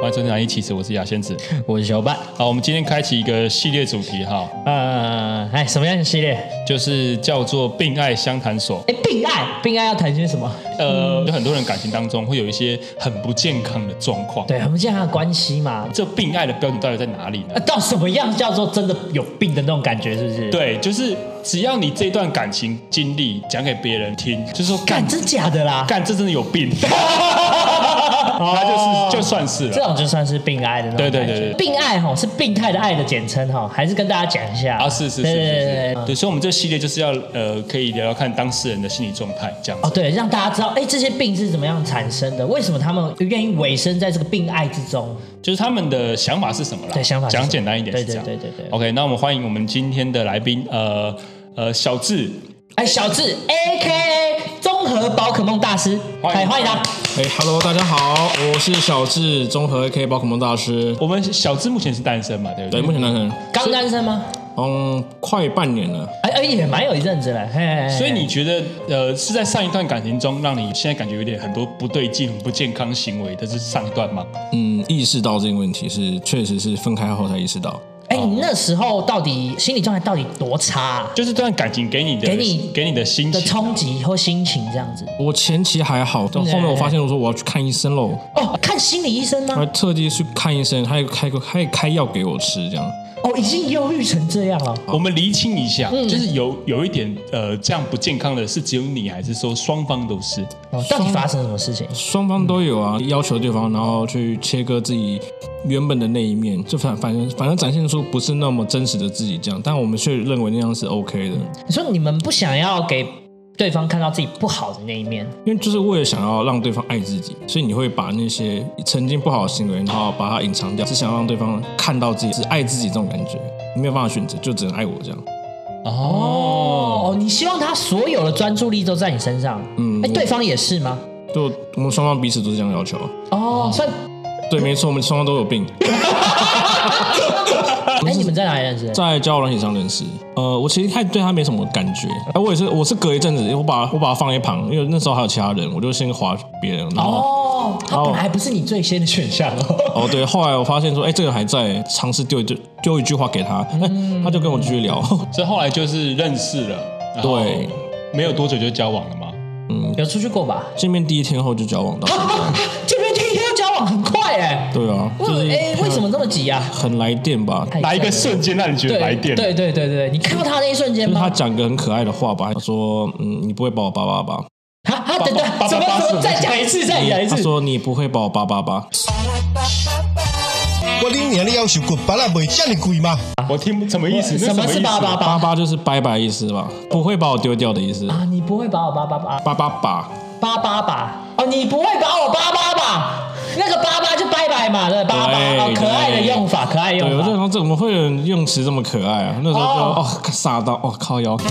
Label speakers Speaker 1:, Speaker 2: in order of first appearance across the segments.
Speaker 1: 欢迎收听《南一起子》，我是雅仙子。
Speaker 2: 我是小伴。
Speaker 1: 好，我们今天开启一个系列主题哈，
Speaker 2: 呃，哎，什么样的系列？
Speaker 1: 就是叫做“病爱相谈所
Speaker 2: 哎，病爱，病爱要谈些什么？”。
Speaker 1: 呃，有很多人感情当中会有一些很不健康的状况。
Speaker 2: 对，我们讲下关系嘛。
Speaker 1: 这病爱的标准到底在哪里呢
Speaker 2: 呃？到什么样叫做真的有病的那种感觉，是不是？，
Speaker 1: 对，就是只要你这段感情经历讲给别人听，就是说干
Speaker 2: 干真假的啦，
Speaker 1: 干这真的有 病，他就是就算是
Speaker 2: 这
Speaker 1: 了。
Speaker 2: 种就算是病爱的那种
Speaker 1: 对对
Speaker 2: 感觉
Speaker 1: 对对对
Speaker 2: 病爱哈是病态的爱的简称哈，还是跟大家讲一下
Speaker 1: 啊，是是是
Speaker 2: 对对
Speaker 1: 是
Speaker 2: 对对
Speaker 1: 是
Speaker 2: 对，
Speaker 1: 对，所以我们这系列就是要呃，可以聊聊看当事人的心理状态这样
Speaker 2: 哦
Speaker 1: 子。
Speaker 2: 对，让大家知道，哎，这些病是怎么样产生的？为什么他们愿意委身在这个病爱之中？
Speaker 1: 就是他们的想法是什么啦？
Speaker 2: 对想法是什么
Speaker 1: 讲简单一点是这样。
Speaker 2: 对对对对对
Speaker 1: OK，那我们欢迎我们今天的来宾，呃呃，小智，
Speaker 2: 哎，小智 A K A 综合宝可梦大师，
Speaker 1: 欢迎
Speaker 2: 哎，欢迎他。
Speaker 3: 哎、h e l l o 大家好，我是小智，综合 AK 宝可梦大师。
Speaker 1: 我们小智目前是单身嘛，对不
Speaker 3: 对，目前单身，
Speaker 2: 刚单身吗？
Speaker 3: 嗯，快半年了。
Speaker 2: 哎哎，也蛮有一阵子了，嘿嘿。嘿
Speaker 1: 所以你觉得，呃，是在上一段感情中，让你现在感觉有点很多不对劲、很不健康行为的是上一段吗？
Speaker 3: 嗯，意识到这个问题是，确实是分开后才意识到。
Speaker 2: 哎，你那时候到底心理状态到底多差啊、
Speaker 1: 就是这段感情给你的
Speaker 2: 给你
Speaker 1: 给你的心
Speaker 2: 的
Speaker 1: 情，
Speaker 2: 冲击或心情这样子？
Speaker 3: 我前期还好，但后面我发现我说我要去看医生喽，
Speaker 2: 哦，看心理医生
Speaker 3: 我还
Speaker 1: 嗯
Speaker 2: 吗？
Speaker 3: 特地去看医生，他也开个，他也开药给我吃，这样。
Speaker 2: 哦，已经忧郁成这样了。
Speaker 1: 我们厘清一下，
Speaker 2: 嗯
Speaker 1: 就是有有一点呃，这样不健康的是只有你，还是说双方都是？
Speaker 2: 哦，到底发生了什么事情？
Speaker 3: 双方都有啊，要求对方，然后去切割自己原本的那一面，就反反正反正展现出不是那么真实的自己这样，但我们却认为那样是 OK 的。
Speaker 2: 你说你们不想要给对方看到自己不好的那一面，
Speaker 3: 因为就是为了想要让对方爱自己，所以你会把那些曾经不好的行为，然后把它隐藏掉，只想要让对方看到自己是爱自己这种感觉。你没有办法选择，就只能爱我这样。
Speaker 2: 哦
Speaker 1: 哦，，
Speaker 2: 你希望他所有的专注力都在你身上，嗯，哎，对方也是吗？
Speaker 3: 就我们双方彼此都是这样要求。啊
Speaker 2: 哦，算，
Speaker 1: 啊
Speaker 3: 对，没错，我们双方都有病。
Speaker 2: 哎，你们在哪里认识的？
Speaker 3: 在交友软体上认识，呃，我其实看对他没什么感觉。哎、我也是，我是隔一阵子，我把我把他放一旁，因为那时候还有其他人，我就先划别人，然后。
Speaker 2: 哦，他本来不是你最先的选项哦。
Speaker 3: 哦，对，后来我发现说，哎、这个还在，尝试丢一句丢一句话给他，哎他就跟我继续聊。
Speaker 1: 所以后来就是认识了，然后
Speaker 3: 对，
Speaker 1: 没有多久就交往了嘛。
Speaker 2: 有出去过吧？
Speaker 3: 见面第一天后就交往到现在。
Speaker 2: 这边天天交往很快哎、
Speaker 3: 对啊，
Speaker 2: 为
Speaker 3: 就是
Speaker 2: 哎、为什么这么急啊？
Speaker 3: 很来电吧？
Speaker 1: 哪一个瞬间让你觉
Speaker 2: 哎对
Speaker 1: 得来电？
Speaker 2: 对对对对，你看到他那一瞬间
Speaker 3: 就是他
Speaker 2: 吗？
Speaker 3: 讲个很可爱的话吧，他说：“嗯，你不会把我叭叭吧
Speaker 2: 啊啊，等等
Speaker 1: 八八，
Speaker 2: 什么
Speaker 1: 八
Speaker 2: 什
Speaker 1: 八
Speaker 2: 么？再讲一次，？”再讲一
Speaker 3: 他
Speaker 2: 次。
Speaker 3: 说：“你不会把我叭叭吧
Speaker 4: 我你娘的要求骨巴拉袂遮尔贵吗？
Speaker 1: 我听不什么意思？那
Speaker 2: 什么
Speaker 1: 意
Speaker 2: 是
Speaker 1: 思
Speaker 2: 八八？”
Speaker 3: 叭
Speaker 2: 八
Speaker 3: 叭就是拜拜意思吧，不会把我丢掉的意思。
Speaker 2: 啊？你不会把我八八八
Speaker 3: 叭叭吧，
Speaker 2: 八八吧？哦，你不会把我八八吧？那个八八就拜拜嘛，对，八八
Speaker 3: 对
Speaker 2: 哦，可爱的
Speaker 3: 对
Speaker 2: 用法，可爱
Speaker 3: 对，
Speaker 2: 用
Speaker 3: 我就
Speaker 2: 法，
Speaker 3: 想怎么会有人用词这么可爱啊？那时候就
Speaker 2: 哦
Speaker 3: 哦傻到哦靠腰，
Speaker 2: 就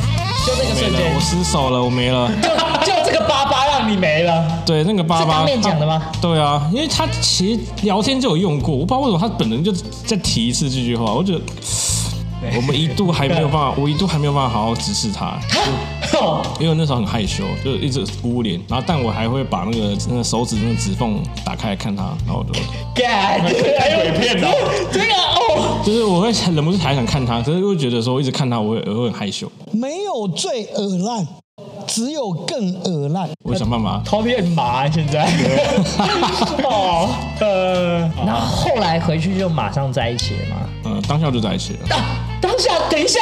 Speaker 2: 这个
Speaker 3: 没
Speaker 2: 瞬
Speaker 3: 了，我
Speaker 2: 间，
Speaker 3: 失手了，我没了。
Speaker 2: 就就这个八八让你没了，
Speaker 3: 对，那个
Speaker 2: 是
Speaker 3: 叭叭
Speaker 2: 当面讲的吗？
Speaker 3: 对啊，因为他其实聊天就有用过，我不知道为什么他本人就再提一次这句话，我觉得 我们一度还没有办法，我一度还没有办法好好直视他，啊
Speaker 2: 哦，
Speaker 3: 因为那时候很害羞，就一直捂脸，然后但我还会把那个那个手指那个指缝打开来看他，然后我就
Speaker 2: 干，
Speaker 1: 太鬼片了！
Speaker 2: 这个 哦。
Speaker 3: 就是我会忍不住还想看他，可是又觉得说一直看他我会我会很害羞，
Speaker 5: 没有最恶烂，只有更恶烂。
Speaker 3: 我会想办法。
Speaker 2: 头皮很麻、现 在。哦，呃，
Speaker 3: 哦
Speaker 2: 然后后来回去就马上在一起了嘛。
Speaker 3: 嗯，当下就在一起了。
Speaker 2: 啊，当下，等一下，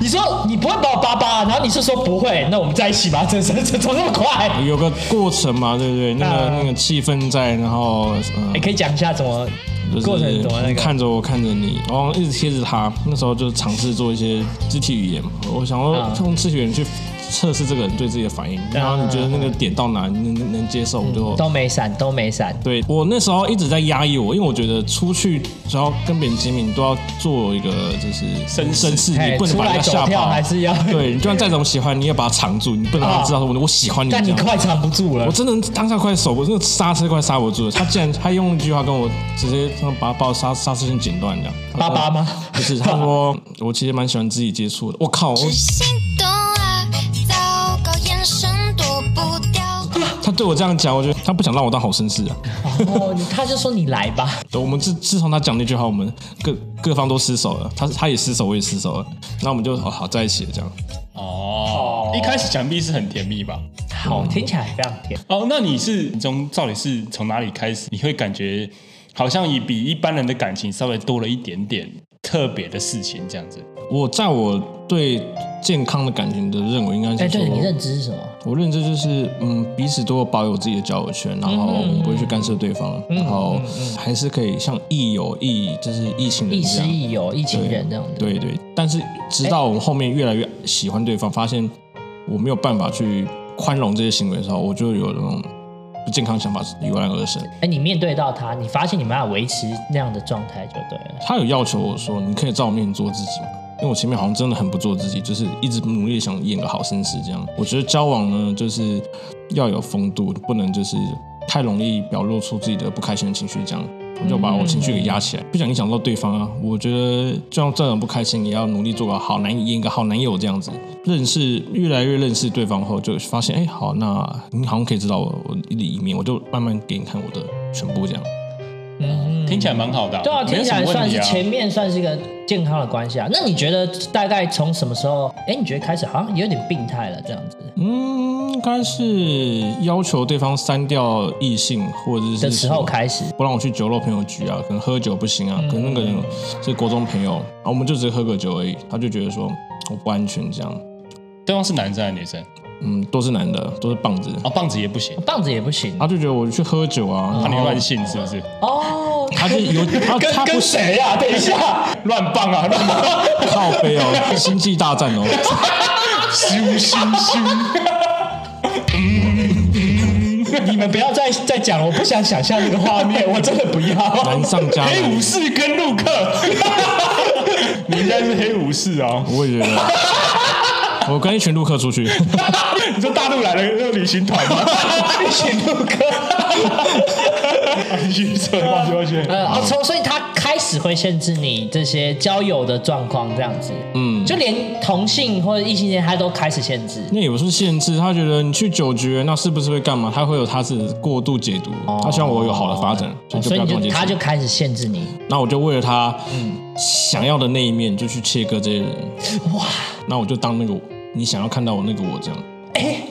Speaker 2: 你说你不会把我扒扒，然后你是说不会，那我们在一起吧？这这这怎么那么快？
Speaker 3: 有个过程嘛，对不对？那个
Speaker 2: 嗯
Speaker 3: 那个气氛在，然后嗯
Speaker 2: 你、，哎可以讲一下怎么
Speaker 3: 就是
Speaker 2: 过程怎么那
Speaker 3: 你
Speaker 2: 个？
Speaker 3: 看着我，看着你，然后一直贴着他。那时候就尝试做一些肢体语言嘛，我想
Speaker 2: 啊
Speaker 3: 要用肢体语言去测试这个人对自己的反应。然后你觉得那个点到哪，你能能接受，我就
Speaker 2: 都没闪，都没闪。
Speaker 3: 对我那时候一直在压抑我，因为我觉得出去只要跟别人见面，你都要做一个就是
Speaker 1: 绅士
Speaker 3: 绅士，
Speaker 2: 嘿
Speaker 3: 你不能
Speaker 2: 出
Speaker 3: 把
Speaker 2: 来
Speaker 3: 人家
Speaker 2: 走
Speaker 3: 吓
Speaker 2: 跳
Speaker 3: 跑，
Speaker 2: 还是要
Speaker 3: 对你就算再怎么喜欢，你也把它藏住，你不能让
Speaker 2: 啊
Speaker 3: 他知道说我我喜欢你这
Speaker 2: 但
Speaker 3: 样。
Speaker 2: 你快藏不住了
Speaker 3: 我，真的当下快手，我真的刹车快刹不住了。他竟然他用一句话跟我直接把把我刹刹车线剪断这样。
Speaker 2: 扒扒吗？
Speaker 3: 不是，他说我其实蛮喜欢肢体接触的。我靠，我
Speaker 6: 啊只心动了，糟糕，眼神躲不掉。
Speaker 3: 他对我这样讲，我觉得他不想让我当好绅士啊。
Speaker 2: 哦，你他就说你来 吧，
Speaker 3: 对我们自自从他讲那句话，我们各各方都失手了，他他也失手，我也失手了，那我们就好好在一起了这样。
Speaker 1: 哦，一开始想必是很甜蜜吧？
Speaker 3: 哦
Speaker 2: 好，听起来非常甜。
Speaker 1: 哦，那你是从到底是从哪里开始？你会感觉好像也比一般人的感情稍微多了一点点特别的事情，这样子。
Speaker 3: 我在我对健康的感情的认为，应该
Speaker 2: 哎，
Speaker 3: 是说
Speaker 2: 对你认知是什么？
Speaker 3: 我认知就是，嗯，彼此都有保有自己的交友圈，然后
Speaker 2: 嗯
Speaker 3: 我们不会去干涉对方，然后还是可以像益友益，就是异性人
Speaker 2: 亦
Speaker 3: 这
Speaker 2: 师
Speaker 3: 样。
Speaker 2: 亦友，一情人这样的。
Speaker 3: 对对，但是直到我们后面越来越喜欢对方，发现我没有办法去宽容这些行为的时候，我就有那种不健康想法油然而生。
Speaker 2: 哎，你面对到他，你发现你们要维持那样的状态就对了。
Speaker 3: 他有要求我说，你可以在我面前做自己吗？因为我前面好像真的很不做自己，就是一直努力地想演个好绅士这样。我觉得交往呢，就是要有风度，不能就是太容易表露出自己的不开心的情绪这样。我就把我情绪给压起来，不想影响到对方啊。我觉得就算这种不开心，也要努力做个好男演个好男友这样子。认识越来越认识对方后，就发现哎，好，那你好像可以知道我我的一面，我就慢慢给你看我的全部这样。
Speaker 1: 听起来蛮好的、
Speaker 2: 嗯对啊，
Speaker 1: 没
Speaker 2: 听
Speaker 1: 有
Speaker 2: 起
Speaker 1: 什么
Speaker 2: 来
Speaker 1: 问
Speaker 2: 算
Speaker 1: 题
Speaker 2: 是
Speaker 1: 啊。
Speaker 2: 前面算是一个健康的关系啊。那你觉得大概从什么时候？哎，你觉得开始好像有点病态了这样子
Speaker 3: 嗯，应该是要求对方删掉异性，或者是
Speaker 2: 的时候开始？嗯
Speaker 3: 不让我去酒肉朋友局啊，可能喝酒不行啊，可能那个人是国中朋友，啊，我们就只是喝个酒而已，他就觉得说我不安全这样。
Speaker 1: 对方是男生还是女生？
Speaker 3: 嗯，都是男的，都是棒子，
Speaker 1: 哦，棒子也不行，
Speaker 2: 棒子也不行
Speaker 3: 他就觉得我去喝酒啊，
Speaker 1: 怕
Speaker 2: 嗯
Speaker 3: 然
Speaker 1: 你
Speaker 3: 后
Speaker 1: 乱性是不是？
Speaker 2: 哦，
Speaker 3: 他就有他他不是
Speaker 1: 谁呀、啊？等一下， 乱棒啊！乱棒，
Speaker 3: 靠背哦，星际大战哦，
Speaker 1: 咻咻咻！
Speaker 5: 你们不要再再讲了，我不想想象那个画面，我真的不要。
Speaker 3: 难上加
Speaker 1: 黑
Speaker 3: 难
Speaker 1: 武，士跟陆克，你应该是黑武士哦。
Speaker 3: 我也觉得，我跟一群陆客出去，
Speaker 1: 你说大陆来的那个旅行团吗？
Speaker 5: 一起录歌。
Speaker 1: 你去说，抱歉抱歉。
Speaker 2: 呃，哦，从所以他开始会限制你这些交友的状况这样子，嗯，就连同性或者异性恋他都开始限制。
Speaker 3: 那也不是限制，他觉得你去酒局，那是不是会干嘛？他会有他自己的过度解读，他希望我有好的发展，所以就
Speaker 2: 哦所
Speaker 3: 不
Speaker 2: 以
Speaker 3: 要
Speaker 2: 你
Speaker 3: 跟我接
Speaker 2: 就
Speaker 3: 触。
Speaker 2: 他就嗯开始限制你，
Speaker 3: 那我就为了他想要的那一面，就去切割这些人。哇！那我就当那个我你想要看到我那个我这样。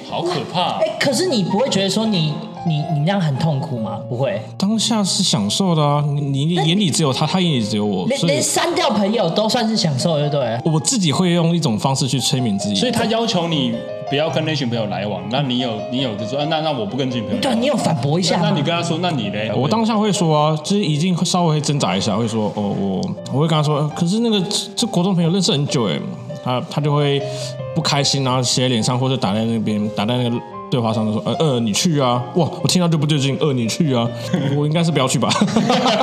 Speaker 1: 好可怕
Speaker 2: 哎、可是你不会觉得说你你你那样很痛苦吗？不会，
Speaker 3: 当下是享受的啊，你你眼里只有他，他眼里只有我，
Speaker 2: 连
Speaker 3: 所以
Speaker 2: 连删掉朋友都算是享受，对不对了？
Speaker 3: 我自己会用一种方式去催眠自己。
Speaker 1: 所以他要求你不要跟那群朋友来往，那你有你有就说，啊、那那我不跟这群朋友来
Speaker 2: 对，啊
Speaker 1: 往。
Speaker 2: 你有反驳一下
Speaker 1: 那
Speaker 2: 吗
Speaker 1: 你？跟他说，那你嘞？
Speaker 3: 我当下会说啊，就是一定会稍微会挣扎一下，会说哦，我我会跟他说，呃可是那个这这国中朋友认识很久哎，他他就会不开心，然后写在脸上，或者打在那边打在那个对话上，就说呃呃你去啊，哇，我听到就不对劲，呃你去啊， 我应该是不要去吧？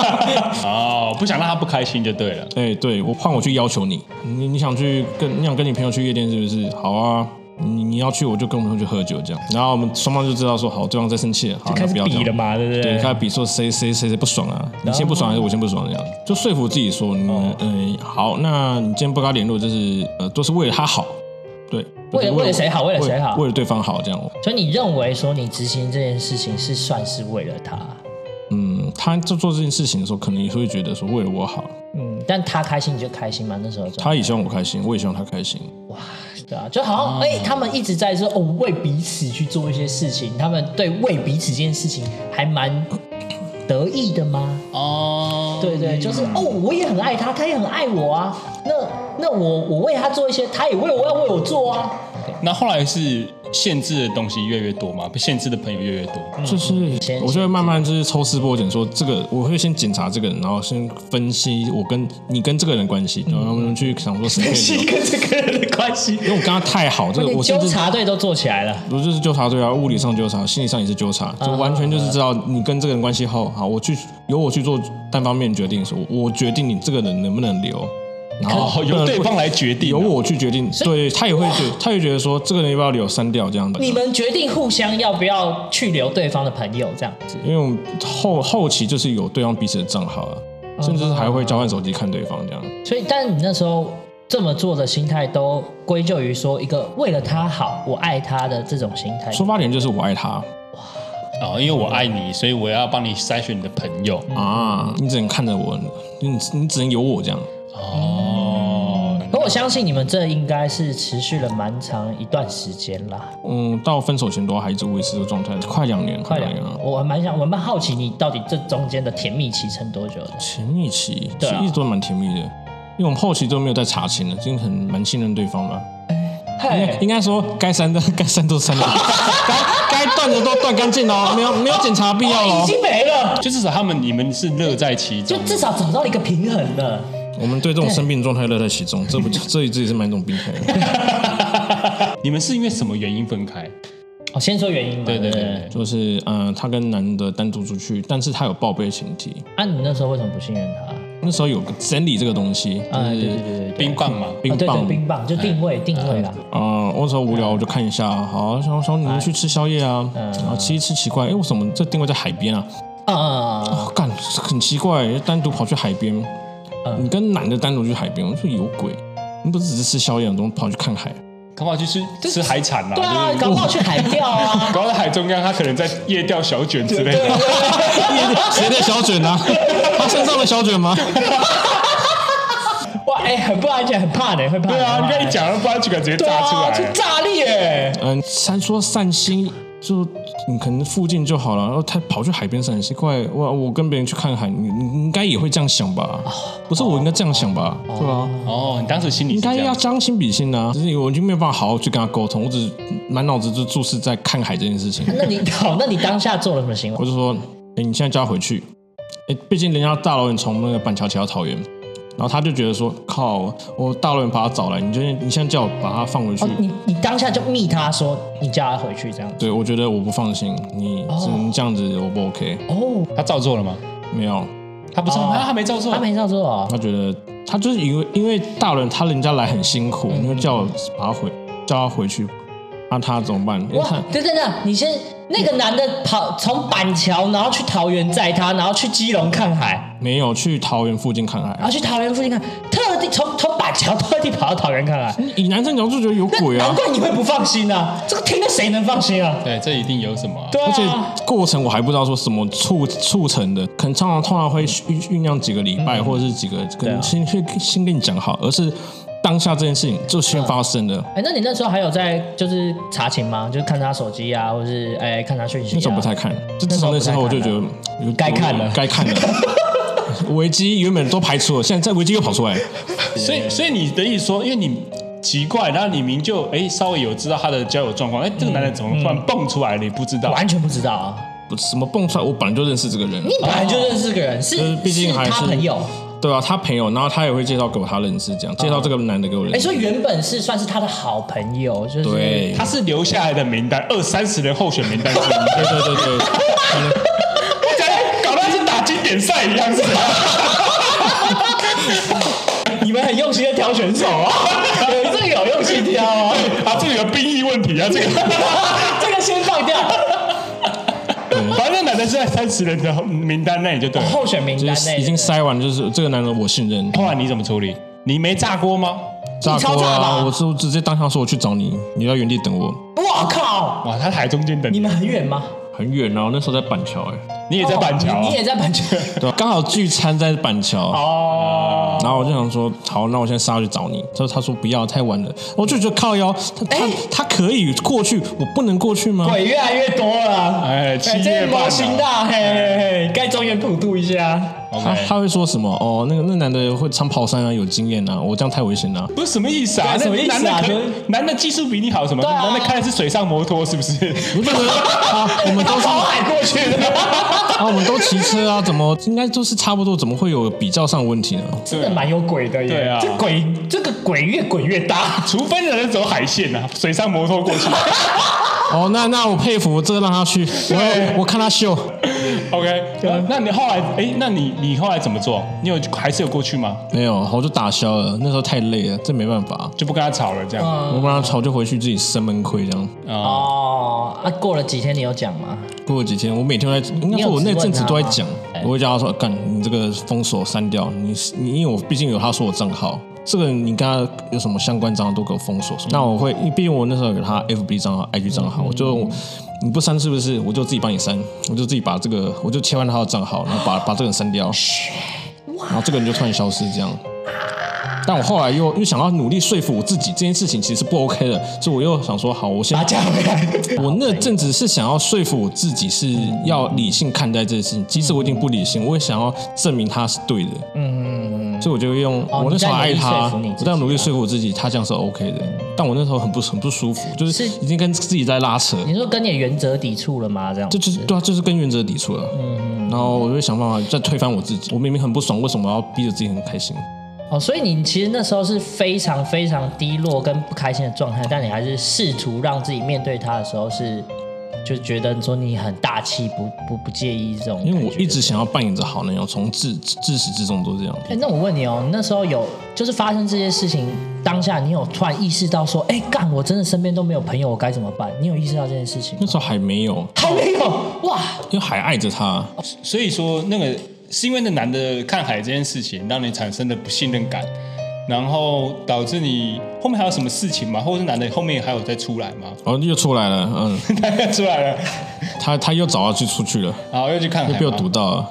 Speaker 1: 哦，不想让他不开心就对了。
Speaker 3: 哎，对我换我去要求你，你你想去跟你想跟你朋友去夜店是不是？好啊。你你要去，我就跟我朋友去喝酒这样，然后我们双方就知道说好，对方在生气了，好，那
Speaker 2: 开始
Speaker 3: 不要这样
Speaker 2: 比了嘛，对不
Speaker 3: 对，
Speaker 2: 对？
Speaker 3: 开始比说谁谁谁谁不爽啊，你先不爽还是我先不爽这样，就说服自己说，
Speaker 2: 哦
Speaker 3: 嗯嗯、好，那你今天不跟他联络，就是呃，都是为了他好，对，
Speaker 2: 为了
Speaker 3: 就是
Speaker 2: 为了谁好为了谁好
Speaker 3: 为了对方好这样，
Speaker 2: 所以你认为说你执行这件事情是算是为了他，
Speaker 3: 嗯，他在做这件事情的时候，可能也会觉得说为了我好，
Speaker 2: 嗯，但他开心你就开心嘛，那时候
Speaker 3: 他也希望我开心，我也希望他开心，
Speaker 2: 哇，对啊，就好像哎、他们一直在说哦，为彼此去做一些事情，他们对为彼此这件事情还蛮得意的吗？
Speaker 1: 哦，
Speaker 2: 对对，就是哦，我也很爱他，他也很爱我啊。那那我我为他做一些，他也为我要为我做啊。
Speaker 1: 那后来是限制的东西越来越多嘛，被限制的朋友越来越多。
Speaker 3: 就是
Speaker 2: 先
Speaker 3: 我就会慢慢就是抽丝剥茧，说这个我会先检查这个人，然后先分析我跟你跟这个人的关系，然后我们去想说谁 可以留，
Speaker 2: 跟这个人的关系，
Speaker 3: 因为我跟他太好，这个
Speaker 2: 连
Speaker 3: 我甚
Speaker 2: 纠
Speaker 3: 至
Speaker 2: 察队都做起来了。
Speaker 3: 不就是纠察队啊，物理上纠察，心理上也是纠察，
Speaker 1: 嗯
Speaker 3: 就完全就是知道你跟这个人关系后，好，我去由我去做单方面决定，说我我决定你这个人能不能留，然后
Speaker 1: 哦，由对方来决定、啊
Speaker 3: 由。嗯我去决定，对他也会 觉，他也觉得说这个人要不要留，删掉这样的。
Speaker 2: 你们决定互相要不要去留对方的朋友，这样子。
Speaker 3: 因为我们后后期就是有对方彼此的账号啊，
Speaker 1: 嗯
Speaker 3: 甚至是还会交换手机看对方这样。
Speaker 2: 所以，但你那时候这么做的心态，都归咎于说一个为了他好，我爱他的这种心态。
Speaker 3: 出发点就是我爱他，
Speaker 1: 啊、因为我爱你，所以我要帮你筛选你的朋友。
Speaker 3: 啊，你只能看着我，你你只能有我这样。
Speaker 1: 哦，
Speaker 2: 可我相信你们这应该是持续了蛮长一段时间啦，
Speaker 3: 嗯，到分手前都还一直维持这个状态，快两年，
Speaker 2: 快两年
Speaker 3: 了。。
Speaker 2: 我还蛮想，我蛮好奇你到底这中间的甜蜜期撑多久的？
Speaker 3: 甜蜜期其
Speaker 2: 对
Speaker 3: 实
Speaker 2: 啊
Speaker 3: 一直都蛮甜蜜的，因为我们后期都没有再查清了，因为很蛮信任对方嘛。应该应该说该删的该删都 删了，该该断的都断干净了，哦没有没有检查必要
Speaker 2: 哎已
Speaker 3: 了。哦
Speaker 2: 经没了，
Speaker 1: 就至少他们你们是乐在其
Speaker 2: 就
Speaker 1: 中，
Speaker 2: 至少找到一个平衡了。
Speaker 3: 我们对这种生病状态乐在其中，这不这这也是蛮一种病态 的，
Speaker 1: 你们是因为什么原因分开？
Speaker 2: 我哦先说原因嘛，
Speaker 1: 对对
Speaker 2: 对
Speaker 1: 对
Speaker 2: 不
Speaker 1: 对
Speaker 3: 就是呃，她跟男的单独出去，但是她有报备的前提。
Speaker 2: 啊，你那时候为什么不信任他？
Speaker 3: 那时候有个整理这个东西，就
Speaker 2: 啊，对对
Speaker 3: 是
Speaker 2: 对对对，
Speaker 1: 冰棒嘛，
Speaker 3: 冰
Speaker 2: 啊对
Speaker 3: 棒
Speaker 2: 对，冰棒就定位定位啦，
Speaker 3: 呃，我那时候无聊，我就看一下，好，想说你们去吃宵夜啊，
Speaker 2: 嗯
Speaker 3: 然后吃一吃，奇怪，哎，为什么这定位在海边啊？
Speaker 2: 啊啊啊啊！
Speaker 3: 哦，干，很奇怪，单独跑去海边，
Speaker 1: 嗯
Speaker 3: 你跟男的单独去海边，我说有鬼，你不是只是吃宵夜，你怎么跑去看海？
Speaker 1: 干嘛去吃吃海产啦、
Speaker 2: 对
Speaker 1: 就
Speaker 2: 啊，
Speaker 1: 是
Speaker 2: 搞不好去海钓啊，
Speaker 1: 搞到海中央，他可能在夜钓小卷之类的。
Speaker 3: 谁的小卷啊？ 他身上的小卷吗？
Speaker 2: 哇，哎，很不安全，很怕的，会怕的。
Speaker 1: 对啊， 你看你讲了，不然就敢直接
Speaker 2: 对
Speaker 1: 炸出
Speaker 2: 啊，
Speaker 1: 来。
Speaker 2: 去炸裂哎！
Speaker 3: 嗯，三说散心，就你可能附近就好了，然后他跑去海边散心，怪我我跟别人去看海，你你你应该也会这样想吧？不是我应该这样想吧？对啊。
Speaker 1: 哦，你当时心里
Speaker 3: 应
Speaker 1: 是
Speaker 3: 该
Speaker 1: 这
Speaker 3: 要
Speaker 1: 样，
Speaker 3: 将心比心啊，就是我就没有办法好好去跟他沟通，我只满脑子就注视在看海这件事情。
Speaker 2: 那你好，那你当下做了什么行为
Speaker 3: 我？就说，哎、你现在叫他回去，哎、毕竟人家大老远从那个板桥骑到桃园，然后他就觉得说，靠，我大老远把他找来，你就你现在叫我把他放回去，
Speaker 2: 哦，你你当下就密他说你叫他回去这样子。
Speaker 3: 对我觉得我不放心，你只能这样子，我不 OK，
Speaker 2: 哦，
Speaker 1: 他照做了吗？
Speaker 3: 没有，
Speaker 1: 他不照，啊
Speaker 2: 哦
Speaker 1: 他他没照做
Speaker 2: 他。没照做啊。
Speaker 3: 他觉得他就是因为因为大人他人家来很辛苦，
Speaker 2: 嗯
Speaker 3: 你就叫我把他回叫他回去，那、他怎么办？因为他
Speaker 2: 哇，等等等，你先那个男的跑从板桥，然后去桃园载他，然后去基隆看海，
Speaker 3: 没有去桃园附近看
Speaker 2: 然后
Speaker 3: 海。
Speaker 2: 去桃园附近看，特地从从板桥特地跑到桃园看海。
Speaker 3: 以男生角度觉得有
Speaker 2: 那
Speaker 3: 鬼啊
Speaker 2: 难！怪你会不放心啊！这个听了谁能放心啊？
Speaker 1: 对，这一定有什么啊、
Speaker 2: 对
Speaker 3: 而且
Speaker 2: 啊，
Speaker 3: 过程我还不知道说什么促促成的，可能通常通常会酝酝酿几个礼拜，或者是几个，可能先先先跟你讲好，而是当下这件事情就先发生了。
Speaker 2: 哎，那你那时候还有在就是查情吗？就是看他手机啊，或是哎看他讯息、啊？
Speaker 3: 那时候不太看，就自从那时候我就觉得有
Speaker 2: 该看了
Speaker 3: 该看了。危机原本都排除了，现在在危机又跑出来，
Speaker 1: 所以所以你的意思说，因为你奇怪，然后你明就哎稍微有知道他的交友状况，哎，
Speaker 2: 嗯
Speaker 1: 这个男的怎么突然蹦出来了？你不知道，哎
Speaker 2: 完全不知道啊。
Speaker 3: 不什么蹦出来，我本来就认识这个人，啊
Speaker 2: 你本来就认识这个人，
Speaker 3: 就是
Speaker 2: 是
Speaker 3: 毕竟还是
Speaker 2: 他朋友。
Speaker 3: 对啊，他朋友，然后他也会介绍给我他认识，这样介绍这个男的给我认
Speaker 2: 哎，
Speaker 3: 识。
Speaker 2: 所以原本是算是他的好朋友，就是
Speaker 3: 对，
Speaker 1: 他是留下来的名单，二三十人候选名单之一。
Speaker 3: 对对对对。
Speaker 1: 搞到是打经典赛一样是吧？
Speaker 2: 你们很用心的挑选 手啊，有这个有用心挑啊，
Speaker 1: 啊，这个有兵役问题啊，这个
Speaker 2: 这个先放掉。
Speaker 1: 反正男的是在三十人的名单内就对了。
Speaker 2: 候选 名
Speaker 3: 就
Speaker 2: 单
Speaker 3: 是
Speaker 2: 内
Speaker 3: 已经筛完，就是这个男人我信任，
Speaker 1: 后来你怎么处理？你没炸锅吗？
Speaker 3: 炸
Speaker 2: 超
Speaker 3: 锅
Speaker 2: 炸吧
Speaker 3: 啊！我是直接当场说我去找你，你要原地等我，
Speaker 2: 哇靠！
Speaker 1: 哇，他台中间等
Speaker 2: 你
Speaker 1: 你，
Speaker 2: 们很远吗？
Speaker 3: 很远啊，我那时候在板桥 哎、
Speaker 1: 你也在板桥、
Speaker 2: 哦你
Speaker 1: 啊
Speaker 2: 你，也在板桥。
Speaker 3: 对啊，刚好聚餐在板桥
Speaker 2: 哦，
Speaker 3: 然后我就想说，好，那我现在杀去找你。他说他说不要，太晚了。我就觉得靠腰，他他、
Speaker 2: 哎
Speaker 3: 他可以过去，我不能过去吗？
Speaker 2: 鬼越来越多了。
Speaker 1: 哎
Speaker 2: 哎，
Speaker 1: 七
Speaker 2: 这
Speaker 1: 月
Speaker 2: 个
Speaker 1: 半
Speaker 2: 魔
Speaker 1: 啊
Speaker 2: 心大，嘿嘿嘿，该中原普渡一下。
Speaker 3: 他
Speaker 1: OK
Speaker 3: 他会说什么？哦，那个那男的会穿跑衫啊，有经验啊，我这样太危 险了、
Speaker 1: 不是什么意思啊？
Speaker 2: 对什么意思
Speaker 1: 那男
Speaker 2: 啊
Speaker 1: 的
Speaker 2: 就是
Speaker 1: 可男的技术比你好什么？
Speaker 2: 对啊
Speaker 1: 男的开的是水上摩托是不是？
Speaker 3: 我就觉得啊，我们都是
Speaker 2: 跑海过去的，
Speaker 3: 啊，我们都骑车啊，怎么应该都是差不多，怎么会有比较上的问题呢？
Speaker 2: 真的蛮有鬼的耶。
Speaker 1: 对啊
Speaker 2: 这鬼这个鬼越滚越大。
Speaker 1: 除非男的走海线啊，水上摩托过 去。
Speaker 3: 哦，那那我佩服，这个让他去，我我看他秀。
Speaker 1: OK，那
Speaker 2: 啊
Speaker 1: 你后来哎，那你你后来怎么做？你有还是有过去吗？
Speaker 3: 没有，我就打消了。那时候太累了，这没办法。
Speaker 1: 就不跟他吵了这样？
Speaker 2: 嗯
Speaker 3: 我不然吵就回去自己生闷亏这样。
Speaker 2: 哦，啊，过了几天你有讲吗？
Speaker 3: 过了几天，我每天都在，应该说我那阵子都在讲，
Speaker 2: 哎、
Speaker 3: 我会叫他说：“干，你这个封锁删掉，你你因为我毕竟有他说我账号，这个你跟他有什么相关账号都给我封锁。那我会，因为毕竟我那时候有他 FB 账号、IG 账号，我就你不删是不是？我就自己帮你删，我就自己把这个，我就切换他的账号，然后把把这个人删 掉，然后这个人就突然消失这样。”但我后来又又想要努力说服我自己，这件事情其实是不 OK 的，所以我又想说，好，我先
Speaker 5: 把它加回来。
Speaker 3: 我那阵子是想要说服我自己是要理性看待这件事情，即使我已经不理性，我也想要证明他是对的。嗯嗯嗯。所以我就用
Speaker 2: 哦
Speaker 3: 我那时候爱他，
Speaker 2: 你在努力说服你自己啊
Speaker 3: 我在努力说服我自己，他这样是 OK 的。但我那时候很不很不舒服，就是
Speaker 2: 是
Speaker 3: 已经跟自己在拉扯，
Speaker 2: 你说跟你的原则抵触了吗？这样
Speaker 3: 这就是对啊，就是跟原则抵触了。嗯。然后我就想办法再推翻我自己，我明明很不爽，为什么要逼着自己很开心？
Speaker 2: 哦，所以你其实那时候是非常非常低落跟不开心的状态，但你还是试图让自己面对它的时候是，就觉得说你很大气，不不不介意这种。
Speaker 3: 因为我一直，想要扮演着好男友，从自自始至终都这样。
Speaker 2: 哎、那我问你哦，你那时候有就是发生这些事情当下，你有突然意识到说，哎、干，我真的身边都没有朋友，我该怎么办？你有意识到这件事情
Speaker 3: 那
Speaker 2: 吗？
Speaker 3: 时候还没有，
Speaker 2: 还没有哇，
Speaker 3: 因为还爱着他。
Speaker 1: 所以说，那个是因为那男的看海这件事情，让你产生的不信任感，然后导致你后面还有什么事情吗？或者是男的后面还有再出来吗？
Speaker 3: 然后又出来了，嗯，
Speaker 1: 他又出来了，
Speaker 3: 他他又找他去出去了，
Speaker 1: 然后又去看海
Speaker 3: 又
Speaker 1: 吗，
Speaker 3: 被我堵到了，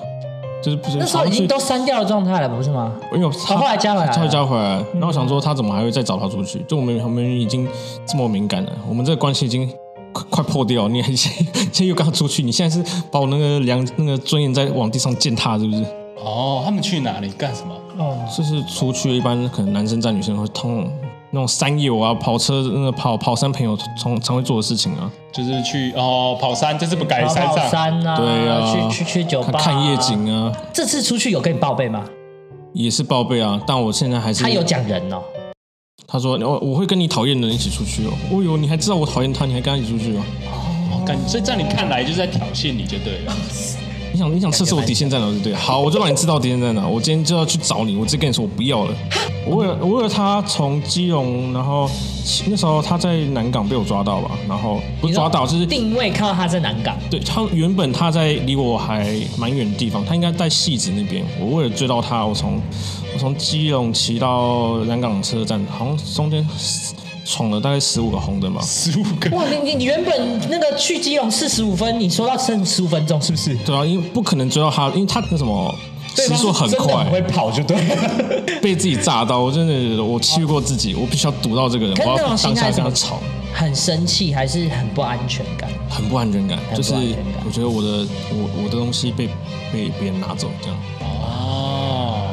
Speaker 3: 就是不是
Speaker 2: 那时候已经都删掉的状态了，不是吗？
Speaker 3: 因为我他
Speaker 2: 他后来加回来了嗯
Speaker 3: 他又加回来了。然后我想说，他怎么还会再找他出去？就我们我们已经这么敏感了，我们这个关系已经快快破掉了，你还现在又跟他出去， 你现在是把我那个良那个尊严在往地上践踏，是不是？
Speaker 1: 哦，他们去哪里干什么？
Speaker 2: 哦，
Speaker 3: 就是出去一般可能男生在女生会通那种山友啊、跑车那个跑跑山朋友常常会做的事情啊，
Speaker 1: 就是去哦跑山，这次不改
Speaker 2: 跑
Speaker 1: 山
Speaker 2: 跑
Speaker 1: 上，
Speaker 2: 山啊，
Speaker 3: 对啊，
Speaker 2: 去去去酒吧、
Speaker 3: 看看夜。景啊，
Speaker 2: 这次出去有跟你报备吗？
Speaker 3: 也是报备啊。但我现在还是
Speaker 2: 他有讲人哦。
Speaker 3: 他说：“哦我我会跟你讨厌的人一起出去哦。”哦哟，你还知道我讨厌他，你还跟他一起出去哦？
Speaker 1: 哦感所以在你看来就是在挑衅你就 对了。
Speaker 3: 你想你想测试我底线在哪，对不对？好，我就让你知道底线在哪。我今天就要去找你，我直接跟你说我不要了。我为了我为了他从基隆，然后那时候他在南港被我抓到吧，然后不是抓到就是
Speaker 2: 定位看到他在南港，
Speaker 3: 对他原本他在离我还蛮远的地方，他应该在戏子那边。我为了追到他，我从我从基隆骑到南港车站，好像中间闯了大概十五个红灯吧。
Speaker 1: 十五个
Speaker 2: 哇，你你你原本那个去基隆四十五分，你说到剩十五分钟是不是？
Speaker 3: 对啊，因为不可能追到他，因为他那什么时速很
Speaker 5: 真的
Speaker 3: 快
Speaker 5: 很，会跑就对了。
Speaker 3: 被自己炸到，我真的觉得我气不过自己，我必须要堵到这个人，
Speaker 2: 可是
Speaker 3: 我要
Speaker 2: 那种
Speaker 3: 当
Speaker 2: 啊心
Speaker 3: 下
Speaker 2: 态
Speaker 3: 跟
Speaker 2: 怎
Speaker 3: 他
Speaker 2: 么
Speaker 3: 吵，
Speaker 2: 很生气还是很不安全感？
Speaker 3: 很不安全感，
Speaker 2: 很不安
Speaker 3: 就是
Speaker 2: 全感
Speaker 3: 我觉得我的我我的东西被被别人拿走这样。
Speaker 1: 哦，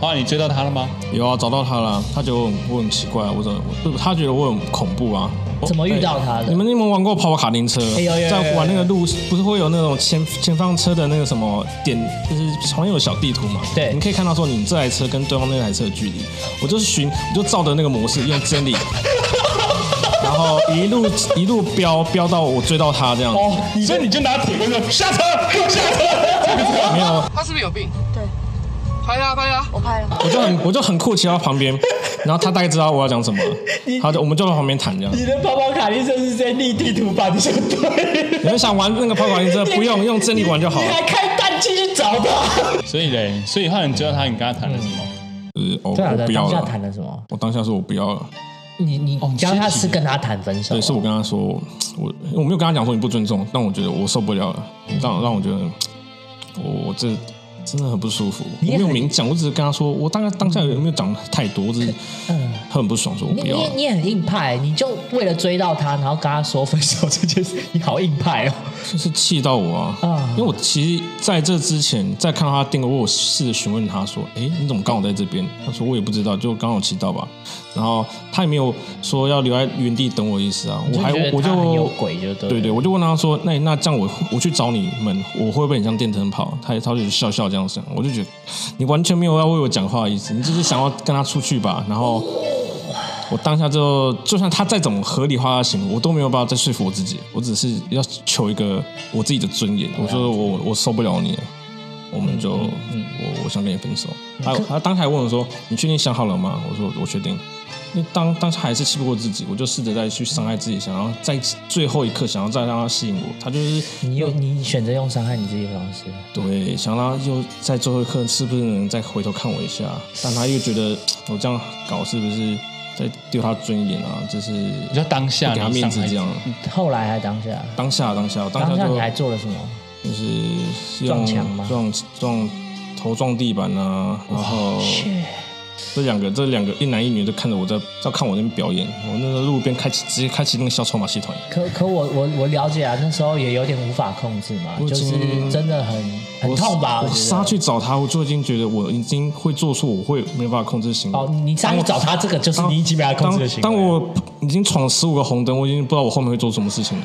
Speaker 1: 后来你追到他了吗？
Speaker 3: 有啊，找到他了，他觉得我很我很奇怪，我怎么我不他觉得我很恐怖啊？
Speaker 2: 怎么遇到他的
Speaker 3: 哎你们有没有玩过跑跑卡丁车？
Speaker 2: 哎有有有
Speaker 3: 在玩那个路，不是会有那种前前方车的那个什么点，就是好像有小地图嘛？
Speaker 2: 对
Speaker 3: 你可以看到说你这台车跟对方那台车的距离。我就是循，我就照着那个模式用真理， 然后一路一路飙飙到我追到他这样。
Speaker 1: 哦，所以你就拿铁棍说下车，下车。
Speaker 3: 没有，
Speaker 6: 他是不是有病？
Speaker 7: 对，
Speaker 6: 拍他，拍他。
Speaker 7: 我拍了。
Speaker 3: 我就很我就很酷，骑到旁边，然后他大概知道我要讲什么了，好的，我们就在旁边谈这样。
Speaker 2: 你的跑跑卡丁车是在立地图版就对，
Speaker 3: 你们想玩那个跑跑卡丁车，不用用真理玩就好了。
Speaker 2: 开氮气去找他？
Speaker 1: 所以嘞，所以后来你知道他，你跟他谈了什么？
Speaker 3: 就是哦，
Speaker 2: 对啊，
Speaker 3: 我不要
Speaker 2: 当下
Speaker 3: 了
Speaker 2: 谈。了什么？
Speaker 3: 我当下说我不要了，
Speaker 2: 你你
Speaker 3: 哦
Speaker 2: 你当下是跟他谈分手
Speaker 3: 对，
Speaker 2: 哦？
Speaker 3: 是我跟他说，我我我没有跟他讲说你不尊重，但我觉得我受不了了，让让我觉得我我这真的很不舒服。我
Speaker 2: 也
Speaker 3: 没
Speaker 2: 很
Speaker 3: 有明讲，我只是跟他说，我大概当下有没有讲太多，我只是很不爽，说我
Speaker 2: 嗯你
Speaker 3: 不
Speaker 2: 你
Speaker 3: 要
Speaker 2: 也
Speaker 3: 了。
Speaker 2: 你也很硬派，你就为了追到他，然后跟他说分手这件事，你好硬派哦。
Speaker 3: 就是气到我啊
Speaker 2: 啊！
Speaker 3: 因为我其实在这之前，在看到他定位，我有试着询问他说：“哎，你怎么刚好在这边？”他说：“我也不知道，就刚好骑到吧。”然后他也没有说要留在原地等我的意思啊，我还
Speaker 2: 就觉得
Speaker 3: 我
Speaker 2: 他很有
Speaker 3: 就
Speaker 2: 鬼就对了。
Speaker 3: 对对，我就问他说：“那那这样我我去找你们，我会不会很像电灯泡？”他他就笑笑这样想，我就觉得你完全没有要为我讲话的意思，你就是想要跟他出去吧。然后我当下就，就算他再怎么合理化他的行为，我都没有办法再说服我自己，我只是要求一个我自己的尊严。我说我我受不了你了，我们就、我我想跟你分手。他他当时还问我说：“你确定想好了吗？”我说：“我确定。”因为当当时还是气不过自己，我就试着再去伤害自己，想要在最后一刻想要再让他吸引我，他就是
Speaker 2: 你用你选择用伤害你自己的方式，
Speaker 3: 对，想让他又在最后一刻是不是能再回头看我一下，但他又觉得我这样搞是不是在丢他尊严啊？就是
Speaker 1: 你说当下
Speaker 3: 不给他
Speaker 1: 你
Speaker 3: 面
Speaker 1: 伤
Speaker 3: 子
Speaker 1: 害
Speaker 3: 这样，
Speaker 2: 后来还当下，
Speaker 3: 当下当下
Speaker 2: 当
Speaker 3: 当下
Speaker 2: 下
Speaker 3: 就哦
Speaker 2: 你还做了什么？
Speaker 3: 就是
Speaker 2: 撞
Speaker 3: 用
Speaker 2: 墙吗
Speaker 3: 撞撞头撞地板啊，然后这两个这两个一男一女都看着我在在看我那边表演，我那个路边开启直接开启那个小丑马戏团，
Speaker 2: 可可我我我了解啊，那时候也有点无法控制嘛，
Speaker 3: 我已
Speaker 2: 就是
Speaker 3: 经
Speaker 2: 真的很很痛吧？我
Speaker 3: 我
Speaker 2: 觉得
Speaker 3: 杀去找他，我就已经觉得我已经会做出我会没办法控制的行为。
Speaker 2: 哦，你上去找他，这个就是
Speaker 3: 当
Speaker 2: 你已经被他控制的行为。
Speaker 3: 当当我已经闯十五个红灯，我已经不知道我后面会做什么事情了。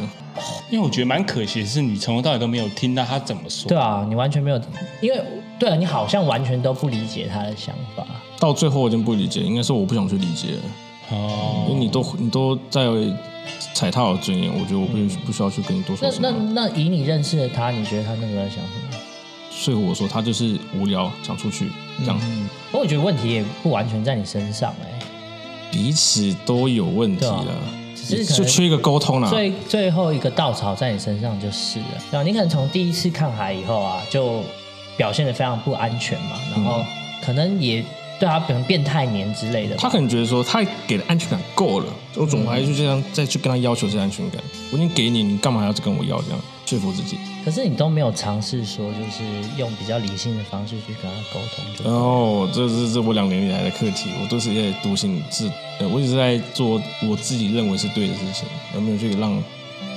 Speaker 1: 因为我觉得蛮可惜的是，你从头到尾都没有听到他怎么说。
Speaker 2: 对啊，你完全没有，因为对啊，你好像完全都不理解他的想法。
Speaker 3: 到最后我已经不理解，应该是我不想去理解了，
Speaker 1: 哦，
Speaker 3: 因为你都你都在踩踏我的尊严，我觉得我不、不需要去跟你多
Speaker 2: 那
Speaker 3: 说什
Speaker 2: 那
Speaker 3: 么。
Speaker 2: 那以你认识的他，你觉得他那时候在想什么？
Speaker 3: 所以我说他就是无聊，想出去这样。
Speaker 2: 不过我觉得问题也不完全在你身上哎、
Speaker 3: 彼此都有问题
Speaker 2: 对啊
Speaker 3: 了，
Speaker 2: 只是可能
Speaker 3: 就缺一个沟通啊啦。
Speaker 2: 最最后一个稻草在你身上就是了。然后你可能从第一次看海以后啊，就表现的非常不安全嘛，然后可能也对他可能变态年之类的吧。
Speaker 3: 他可能觉得说，他给的安全感够了，我总还就这样再去跟他要求这安全感。我已经给你，你干嘛还要跟我要这样说服自己？
Speaker 2: 可是你都没有尝试说，就是用比较理性的方式去跟他沟通，就
Speaker 3: 然后这这这我两年以来的课题，我都是在独行自，呃，我一直在做我自己认为是对的事情，而没有去让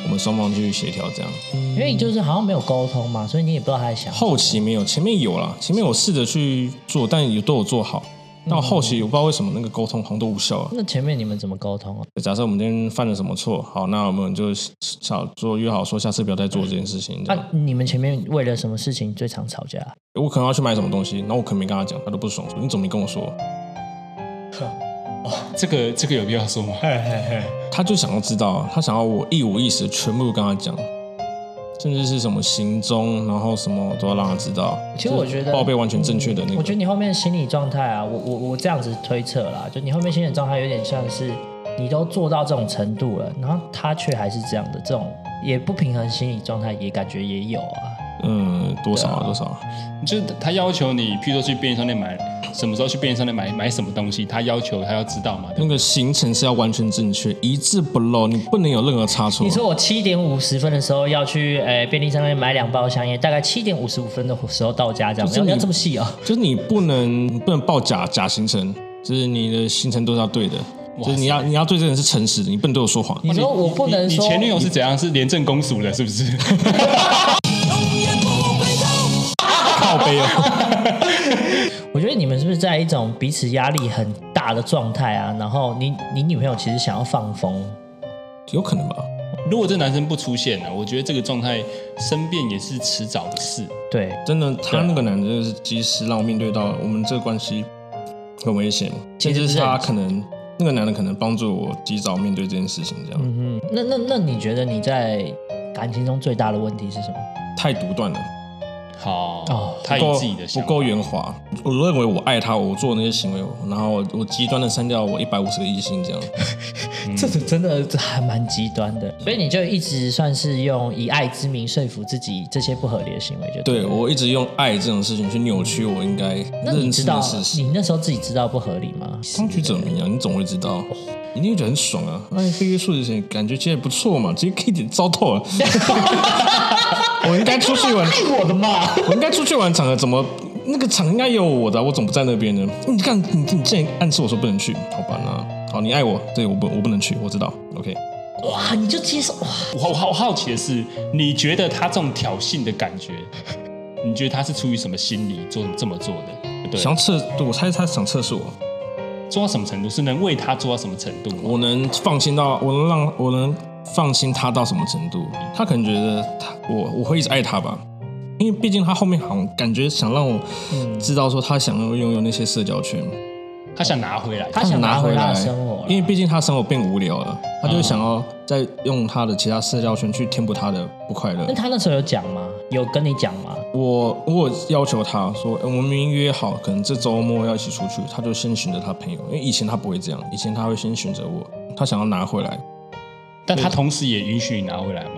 Speaker 3: 我们双方去协调这样。
Speaker 2: 因为你就是好像没有沟通嘛，所以你也不知道他在想什么。
Speaker 3: 后期没有，前面有啦，前面我试着去做，但也都有做好。到后期我不知道为什么那个沟通好像都无效了。
Speaker 2: 那前面你们怎么沟通啊？
Speaker 3: 假设我们今天犯了什么错，好，那我们就小做约好说，下次不要再做这件事情。这样
Speaker 2: 啊，你们前面为了什么事情最常吵架？
Speaker 3: 我可能要去买什么东西，然后我可能没跟他讲，他都不爽，说你怎么没跟我说？
Speaker 1: 这个这个有必要说吗？
Speaker 3: 他就想要知道，啊他想要我一五一十全部跟他讲，甚至是什么行踪，然后什么都要让他知道。
Speaker 2: 其实我觉得嗯
Speaker 3: 报备完全正确的那
Speaker 2: 我觉得，
Speaker 3: 个
Speaker 2: 你后面心理状态啊，我我我这样子推测啦，就你后面心理状态有点像是你都做到这种程度了，然后他却还是这样的，这种也不平衡心理状态也感觉也有啊。
Speaker 3: 嗯，多少啊，多少啊，
Speaker 1: 就是他要求你，譬如说去便利商店买，什么时候去便利商店买买什么东西，他要求他要知道嘛。对
Speaker 3: 那
Speaker 1: 不
Speaker 3: 个行程是要完全正确，一字不漏，你不能有任何差错
Speaker 2: 你。说我七点五十分的时候要去呃便利商店买两包香烟，大概七点五十五分的时候到家，这样
Speaker 3: 就是
Speaker 2: 要
Speaker 3: 你
Speaker 2: 要这么细啊、
Speaker 3: 就是你不能你不能报假假行程，就是你的行程都是要对的，就是你要你要对这个人是诚实的，你不能对我说谎。
Speaker 2: 你说我不
Speaker 1: 对
Speaker 2: 能
Speaker 1: 你
Speaker 2: 说
Speaker 1: 前女友是怎样？是廉政公署的，是不是？
Speaker 3: 靠背哦，
Speaker 2: 我觉得你们是不是在一种彼此压力很大的状态啊？然后你你女朋友其实想要放风，
Speaker 3: 有可能吧？
Speaker 1: 如果这男生不出现呢、我觉得这个状态生变也是迟早的事。
Speaker 2: 对，
Speaker 3: 真的，他那个男的就是及时让我面对到我们这个关系很危险，
Speaker 2: 其
Speaker 3: 甚
Speaker 2: 实
Speaker 3: 至
Speaker 2: 是
Speaker 3: 是他可能那个男的可能帮助我及早面对这件事情，这样、
Speaker 2: 嗯哼，那那那你觉得你在感情中最大的问题是什么？
Speaker 3: 太独断了，
Speaker 1: 好，
Speaker 2: 哦
Speaker 1: 他
Speaker 3: 啊不
Speaker 1: 有
Speaker 3: 够
Speaker 1: 自己的
Speaker 3: 不
Speaker 1: 想法。
Speaker 3: 够圆滑。我认为我爱他，我做的那些行为，然后我我极端的删掉我一百五十个异性，嗯这样
Speaker 2: 这个真的还蛮极端的，所以你就一直算是用以爱之名说服自己这些不合理的行为就，
Speaker 3: 对我一直用爱这种事情去扭曲我应该
Speaker 2: 那你
Speaker 3: 认
Speaker 2: 知
Speaker 3: 知
Speaker 2: 道
Speaker 3: 的事实。
Speaker 2: 你那时候自己知道不合理吗？
Speaker 3: 当局者迷啊，你总会知道，一定会觉得很爽啊！哎，被约束的人感觉其实也不错嘛，直接可以点糟 透了。我应该出去玩，
Speaker 2: 我的妈！
Speaker 3: 我应该出去玩场合怎么？那个场应该有我的啊，我总不在那边呢。你看，你你竟然暗示我说不能去，好吧？那好，你爱我，对我不我不能去，我知道。OK，
Speaker 2: 哇，你就接受哇，
Speaker 1: 我我好好奇的是，你觉得他这种挑衅的感觉，你觉得他是出于什么心理做这么做的？对，
Speaker 3: 想测，对我猜他想测试我，
Speaker 1: 做到什么程度？是能为他做到什么程度吗？
Speaker 3: 我能放心到，我能让我能放心他到什么程度？他可能觉得他我我会一直爱他吧，
Speaker 2: 嗯
Speaker 3: 因为毕竟他后面好像感觉想让我知道说他想要拥有那些社交圈，
Speaker 1: 他想拿回来。
Speaker 2: 他想拿回
Speaker 3: 回
Speaker 2: 他
Speaker 3: 来
Speaker 2: 的生活啦嗯
Speaker 3: 因为毕竟他生活变无聊了，他就想要再用他的其他社交圈去填补他的不快乐
Speaker 2: 那。他那时候有讲吗？有跟你讲吗？我
Speaker 3: 我我有要求他说，呃我们明明约好，可能这周末要一起出去，他就先选择他朋友，因为以前他不会这样，以前他会先选择我，他想要拿回来。
Speaker 1: 但他同时也允许你拿回来嘛？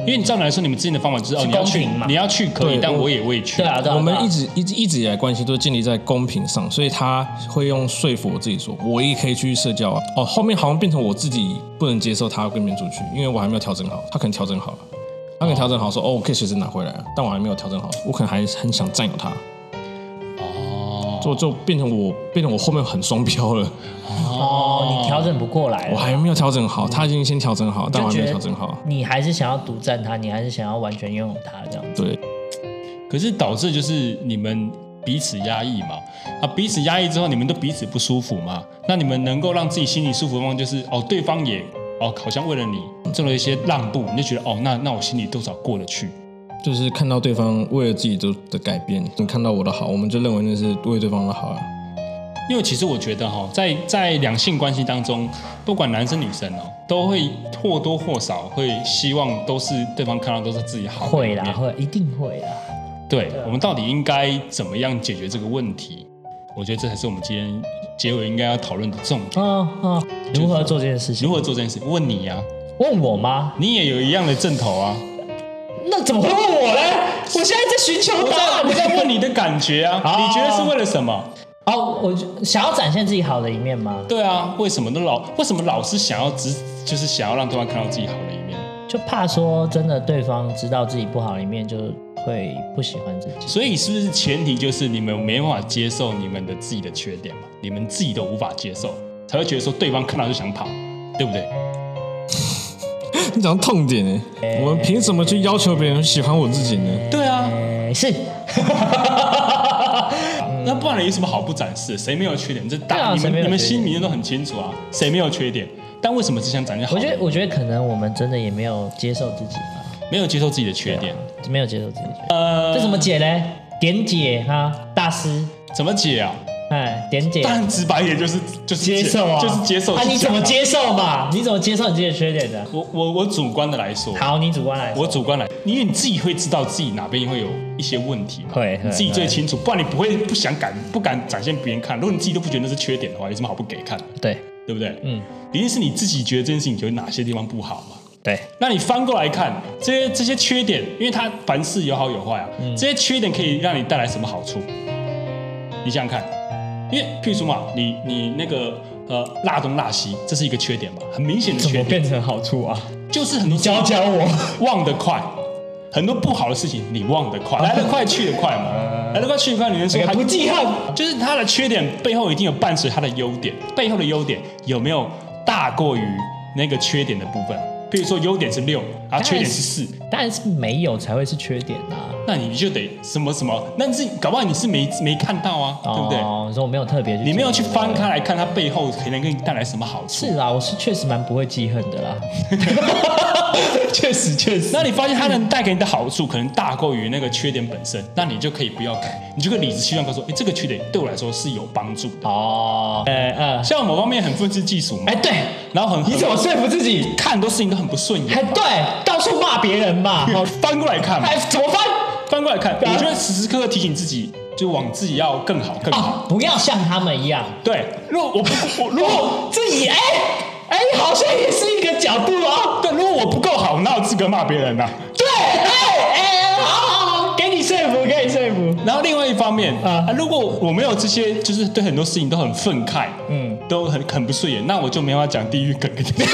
Speaker 1: 因为你照理来说，你们之前的方法就是哦，
Speaker 2: 啊嗯是
Speaker 1: 你要
Speaker 2: 公
Speaker 1: 去
Speaker 2: 平嘛，
Speaker 1: 你要去可以，
Speaker 3: 对
Speaker 1: 但
Speaker 3: 我
Speaker 1: 我也未去。
Speaker 2: 对啊，对啊，
Speaker 3: 我们
Speaker 2: 对啊
Speaker 3: 一直一直一直以来关系都建立在公平上，所以他会用说服我自己说，我也可以去社交啊。哦，后面好像变成我自己不能接受他跟别人出去，因为我还没有调整好，他可能调整好了，他可能调整好说，哦，我可以随时拿回来啊，但我还没有调整好，我可能还很想占有他，
Speaker 1: 哦
Speaker 3: 就就变成我变成我后面很双标了，
Speaker 2: 哦，你调整不过来
Speaker 3: 我
Speaker 2: 了，
Speaker 3: 还没有调整好，他已经先调整好，但我还没有调整好。
Speaker 2: 你还是想要独占他，你还是想要完全拥有他这样子。
Speaker 3: 对，
Speaker 1: 可是导致就是你们彼此压抑嘛，啊，彼此压抑之后，你们都彼此不舒服嘛。那你们能够让自己心里舒服的方法，就是哦，对方也哦，好像为了你做了一些让步，你就觉得哦，那那我心里多少过得去。
Speaker 3: 就是看到对方为了自己做的改变，你看到我的好，我们就认为那是为对方的好啊。
Speaker 1: 因为其实我觉得哈、在在两性关系当中，不管男生女生哦，都会或多或少会希望都是对方看到都是自己好的一
Speaker 2: 会
Speaker 1: 面
Speaker 3: 嗯
Speaker 2: 啦，会，一定会啦。
Speaker 1: 对啊我们到底应该怎么样解决这个问题？我觉得这才是我们今天结尾应该要讨论的重点。
Speaker 2: 嗯嗯，如何做这件事情？
Speaker 1: 如何做这件事？问你呀、
Speaker 2: 问我吗？
Speaker 1: 你也有一样的阵头啊！
Speaker 2: 那怎么会问我呢？我现在在寻求
Speaker 1: 我
Speaker 2: 答
Speaker 1: 在
Speaker 2: 案。
Speaker 1: 我在问你的感觉啊，
Speaker 2: 好
Speaker 1: 你觉得是为了什么？
Speaker 2: 哦，我就想要展现自己好的一面吗？
Speaker 1: 对啊，为什么都老为什么老是想要只就是想要让对方看到自己好的一面？
Speaker 2: 就怕说真的，对方知道自己不好的一面，就会不喜欢自己。
Speaker 1: 所以是不是前提就是你们没办法接受你们的自己的缺点嘛？你们自己都无法接受，才会觉得说对方看到就想跑，对不对？
Speaker 3: 你讲到痛点呢、我们凭什么去要求别人喜欢我自己呢？
Speaker 1: 对啊，
Speaker 2: 哎，是，
Speaker 1: 那不然有什么好不展示的？谁没有缺点？这
Speaker 2: 对啊
Speaker 1: 大你
Speaker 2: 谁没
Speaker 1: 们
Speaker 2: 有
Speaker 1: 你们
Speaker 2: 缺点
Speaker 1: 心里面都很清楚啊，谁没有缺点？但为什么只想展现好
Speaker 2: 我
Speaker 1: 的一
Speaker 2: 觉
Speaker 1: 面？
Speaker 2: 得，我觉得可能我们真的也没有接受自己吧，
Speaker 1: 没有接受自己的缺点，
Speaker 2: 没有接受自己。呃，这怎么解嘞？点解哈，大师，
Speaker 1: 怎么解啊？
Speaker 2: 哎，点解，
Speaker 1: 当然直白一点就是就是
Speaker 2: 接受啊，
Speaker 1: 就是接受
Speaker 2: 啊，
Speaker 1: 去
Speaker 2: 你怎么
Speaker 1: 讲啊
Speaker 2: 接受嘛？你怎么接受你自己的缺点的？
Speaker 1: 我我我主观的来说，
Speaker 2: 好，你主观来说，
Speaker 1: 我主观来，因为你自己会知道自己哪边会有一些问题嘛，
Speaker 2: 会
Speaker 1: 你自己
Speaker 2: 会
Speaker 1: 最清楚，不然你不会不想敢不敢展现别人看。如果你自己都不觉得那是缺点的话，有什么好不给看的，
Speaker 2: 对
Speaker 1: 对不对？
Speaker 2: 嗯，
Speaker 1: 一定是你自己觉得这件事情有哪些地方不好嘛。
Speaker 2: 对，
Speaker 1: 那你翻过来看这些这些缺点，因为它凡事有好有坏啊，这些缺点可以让你带来什么好处？你想想看，因为譬如说嘛，你你那个呃辣东辣西，这是一个缺点嘛，很明显的缺点，
Speaker 2: 成好处啊？
Speaker 1: 就是很多
Speaker 2: 教教我，
Speaker 1: 忘得快，很多不好的事情你忘得 快，来得快去得快嘛，来得快去得快，你能说
Speaker 2: 哎呀
Speaker 1: 它
Speaker 2: 呃不记恨？
Speaker 1: 就是它的缺点背后一定有伴随它的优点，背后的优点有没有大过于那个缺点的部分？比如说优点是六，啊，
Speaker 2: 然
Speaker 1: 缺点是四，
Speaker 2: 当然是没有才会是缺点啊。
Speaker 1: 那你就得什么什么，那是搞不好你是没没看到啊，对不对？
Speaker 2: 哦，你说我没有特别，
Speaker 1: 你没有去翻开。来看它背后可能给你带来什么好处
Speaker 2: 是。啦，我是确实蛮不会记恨的啦。确实确实，
Speaker 1: 那你发现它能带给你的好处，可能大过于那个缺点本身，那你就可以不要改，你就可以理直气壮地说，哎、这个缺点对我来说是有帮助的。
Speaker 2: 哦，呃呃，
Speaker 1: 像我某方面很愤世嫉俗嘛，
Speaker 2: 哎对，
Speaker 1: 然后很
Speaker 2: 你怎么说服自己？
Speaker 1: 看很多事情都很不顺眼
Speaker 2: 还，对，到处骂别人 嘛，
Speaker 1: 好翻过来看嘛
Speaker 2: 还，怎么翻？
Speaker 1: 翻过来看，
Speaker 2: 哎啊
Speaker 1: 我觉得时时刻刻提醒自己，就往自己要更好更好。
Speaker 2: 啊，不要像他们一样。
Speaker 1: 对，如果我不我如果
Speaker 2: 哦，这也哎哎，好像也是一个角度哦。
Speaker 1: 对，如果我不够好，哪有资格骂别人呢、啊
Speaker 2: 对，哎哎，好好好，给你说服，给你说服。
Speaker 1: 然后另外一方面啊
Speaker 2: 啊
Speaker 1: 如果我没有这些，就是对很多事情都很愤慨，嗯
Speaker 2: 嗯，
Speaker 1: 都很很不顺眼，那我就没办法讲地狱梗给 你。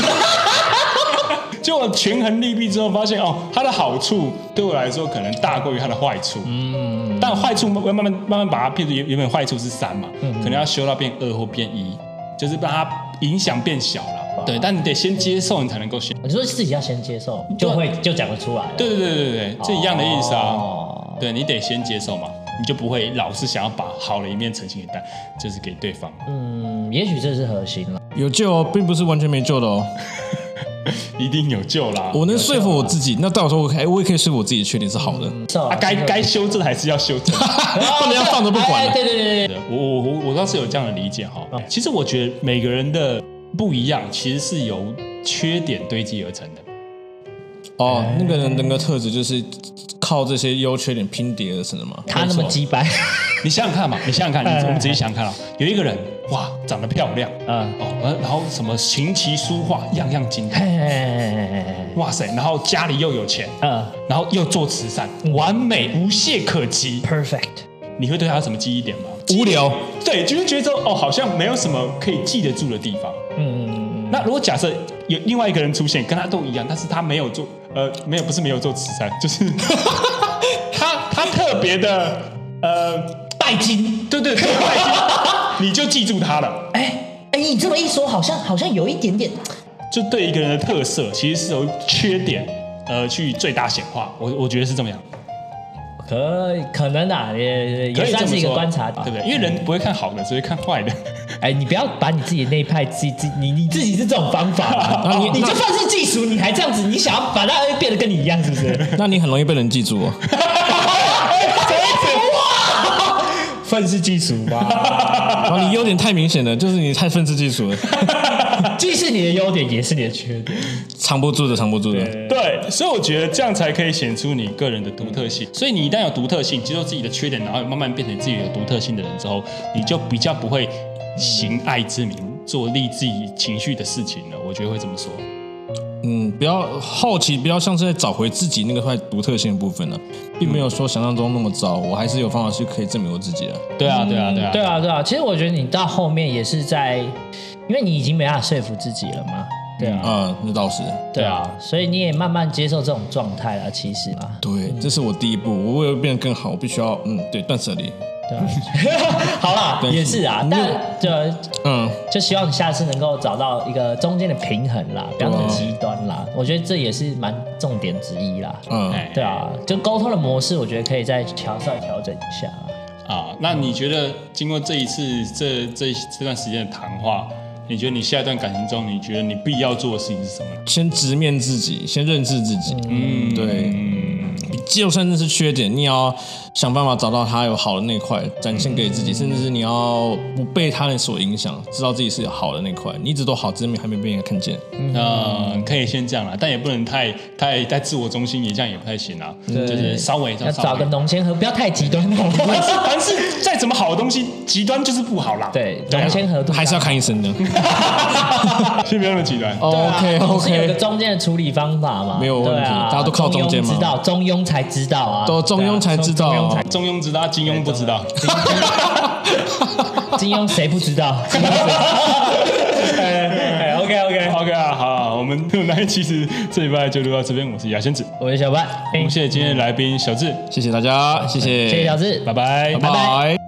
Speaker 1: 就我权衡利弊之后，发现哦，它的好处对我来说可能大过于它的坏处。嗯，但坏处慢慢慢慢把它变成原原本坏处是三嘛，
Speaker 3: 嗯
Speaker 1: 可能要修到变二或变一，就是把它影响变小
Speaker 3: 嗯
Speaker 1: 了。对，但你得先接受，你才能够学。
Speaker 2: 你说自己要先接受，就会就讲得出来了。
Speaker 1: 对对对对对，这一样的意思啊。
Speaker 2: 哦
Speaker 1: 对你得先接受嘛，你就不会老是想要把好的一面呈现给大，就是
Speaker 3: 嗯
Speaker 1: 给对方。
Speaker 2: 嗯，也许这是核心了。
Speaker 3: 有救哦，并不是完全没救的哦。
Speaker 1: 一定有救啦。
Speaker 3: 我能说服我自己，那到时候我可以，我也可以说服我自己的缺点是好的，
Speaker 2: 是啊
Speaker 1: 啊，该
Speaker 2: 真的
Speaker 1: 该修正还是要修正。
Speaker 3: 不能要放着不管
Speaker 2: 哎
Speaker 3: 了。
Speaker 2: 对对对对对，
Speaker 1: 对我我我我倒是有这样的理解哈
Speaker 2: 嗯。
Speaker 1: 其实我觉得每个人的不一样，其实是由缺点堆积而成的。
Speaker 3: 哦，那个人人格特质就是靠这些优缺点拼叠而成的嘛。
Speaker 2: 他那么
Speaker 3: 没错
Speaker 2: 鸡 掰，
Speaker 1: 你想想看嘛，你想想看，
Speaker 2: 哎
Speaker 1: 你我们仔细想想看啊，有一个人哇，长得漂亮，
Speaker 2: 嗯，
Speaker 1: 哦，呃然后什么琴棋书画样样精通，
Speaker 2: 嘿，
Speaker 1: 哇塞，然后家里又有钱，
Speaker 2: 嗯
Speaker 1: 然后又做慈善，完美无懈可击。
Speaker 2: ，perfect，
Speaker 1: 你会对他有什么记忆点吗？
Speaker 3: 无聊，
Speaker 1: 对，就是觉得说哦，好像没有什么可以记得住的地方。
Speaker 2: 嗯，
Speaker 1: 那如果假设有另外一个人出现，跟他都一样，但是他没有做，呃，没有不是没有做慈善， 就是 他他特别的呃拜金，对对对拜金， 你就记住他了。
Speaker 2: 哎哎，你这么一说，好像好像有一点点，
Speaker 1: 就对一个人的特色，其实是由缺点呃去最大显化。我我觉得是这么样，
Speaker 2: 可可能啊，也也
Speaker 1: 可
Speaker 2: 也
Speaker 1: 以这
Speaker 2: 算
Speaker 1: 么
Speaker 2: 是一个
Speaker 1: 说啊
Speaker 2: 观察吧，
Speaker 1: 对不对？因为人不会看好的，只会看坏的。
Speaker 2: 哎，你不要把你自己的那一派自己自己你你自己是这种方 法嘛，你就算是技术，你还这样子，你想要把它变得跟你一样，是 不是？
Speaker 3: 那你很容易被人记住哦。
Speaker 5: 愤世嫉俗吧？
Speaker 3: 哇，哦你优点太明显了，就是你太愤世嫉俗了，
Speaker 2: 既是你的优点，也是你的缺点。
Speaker 3: 藏不住的，藏不住的。
Speaker 1: 对，所以我觉得这样才可以显出你个人的独特性。所以你一旦有独特性，接受自己的缺点，然后慢慢变成自己有独特性的人之后，你就比较不会行爱之名做利自己情绪的事情了。我觉得会这么说。
Speaker 3: 嗯，不要好奇，不要像是在找回自己那个块独特性的部分了，并没有说想象中那么糟，我还是有方法去可以证明我自己的。
Speaker 1: 对啊，对啊，对啊，
Speaker 2: 对啊，对啊。其实我觉得你到后面也是在，因为你已经没办法说服自己了嘛。对啊，
Speaker 3: 嗯，那倒是。
Speaker 2: 对啊，所以你也慢慢接受这种状态了，其实嘛，
Speaker 3: 对，这是我第一步，我为了变得更好，我必须要嗯，对，断舍离。
Speaker 2: 对啊。 好啦，
Speaker 3: 对
Speaker 2: 也是啊，
Speaker 3: 你有
Speaker 2: 但就
Speaker 3: 嗯，
Speaker 2: 就希望你下次能够找到一个中间的平衡啦，不要那么
Speaker 3: 对啊
Speaker 2: 极端啦。我觉得这也是蛮重点之一啦。
Speaker 3: 嗯，
Speaker 1: 哎
Speaker 2: 对啊，就沟通的模式，我觉得可以再调稍微调整一下。
Speaker 1: 啊，那你觉得经过这一次这这这段时间的谈话，你觉得你下一段感情中，你觉得你必要做的事情是什么？
Speaker 3: 先直面自己，先认识自己。
Speaker 1: 嗯，
Speaker 3: 对，就算这是缺点，你也要想办法找到他有好的那块，展现给自己，甚至是你要不被他人所影响，知道自己是有好的那块。你一直都好，只是还没被人家看见。
Speaker 1: 那可以先这样啦，但也不能太太太自我中心，也这样也不太行啦。就是稍微
Speaker 2: 要
Speaker 1: 稍
Speaker 2: 找
Speaker 1: 微
Speaker 2: 个浓先河，不要太极端哦好不 好
Speaker 1: 凡是凡 是再怎么好的东西，极端就是不好啦。
Speaker 2: 对，
Speaker 1: 啊
Speaker 2: 浓先河度
Speaker 3: 还是要看医生的。哦
Speaker 1: 先不要那么极端。
Speaker 2: 哦
Speaker 3: OK
Speaker 2: 是有个
Speaker 3: OK，
Speaker 2: 中间的处理方法嘛，
Speaker 3: 没有问题
Speaker 2: 对啊
Speaker 3: 大家都靠中间嘛
Speaker 2: 庸知道中庸才知道啊，
Speaker 3: 都中庸才知道
Speaker 2: 对啊
Speaker 3: 哦。
Speaker 1: 中庸知道，金庸不知道。
Speaker 2: 中金庸谁不知道？金庸 谁
Speaker 5: 哎，OK OK，
Speaker 1: OK 啊，好啊，我们那一期是这礼拜就录到这边，我是牙仙子，
Speaker 2: 我是小白，
Speaker 1: 我们谢谢今天的来宾小智，
Speaker 3: 谢谢大家，谢谢，
Speaker 2: 谢谢小，志，
Speaker 1: 拜拜
Speaker 3: 拜。拜。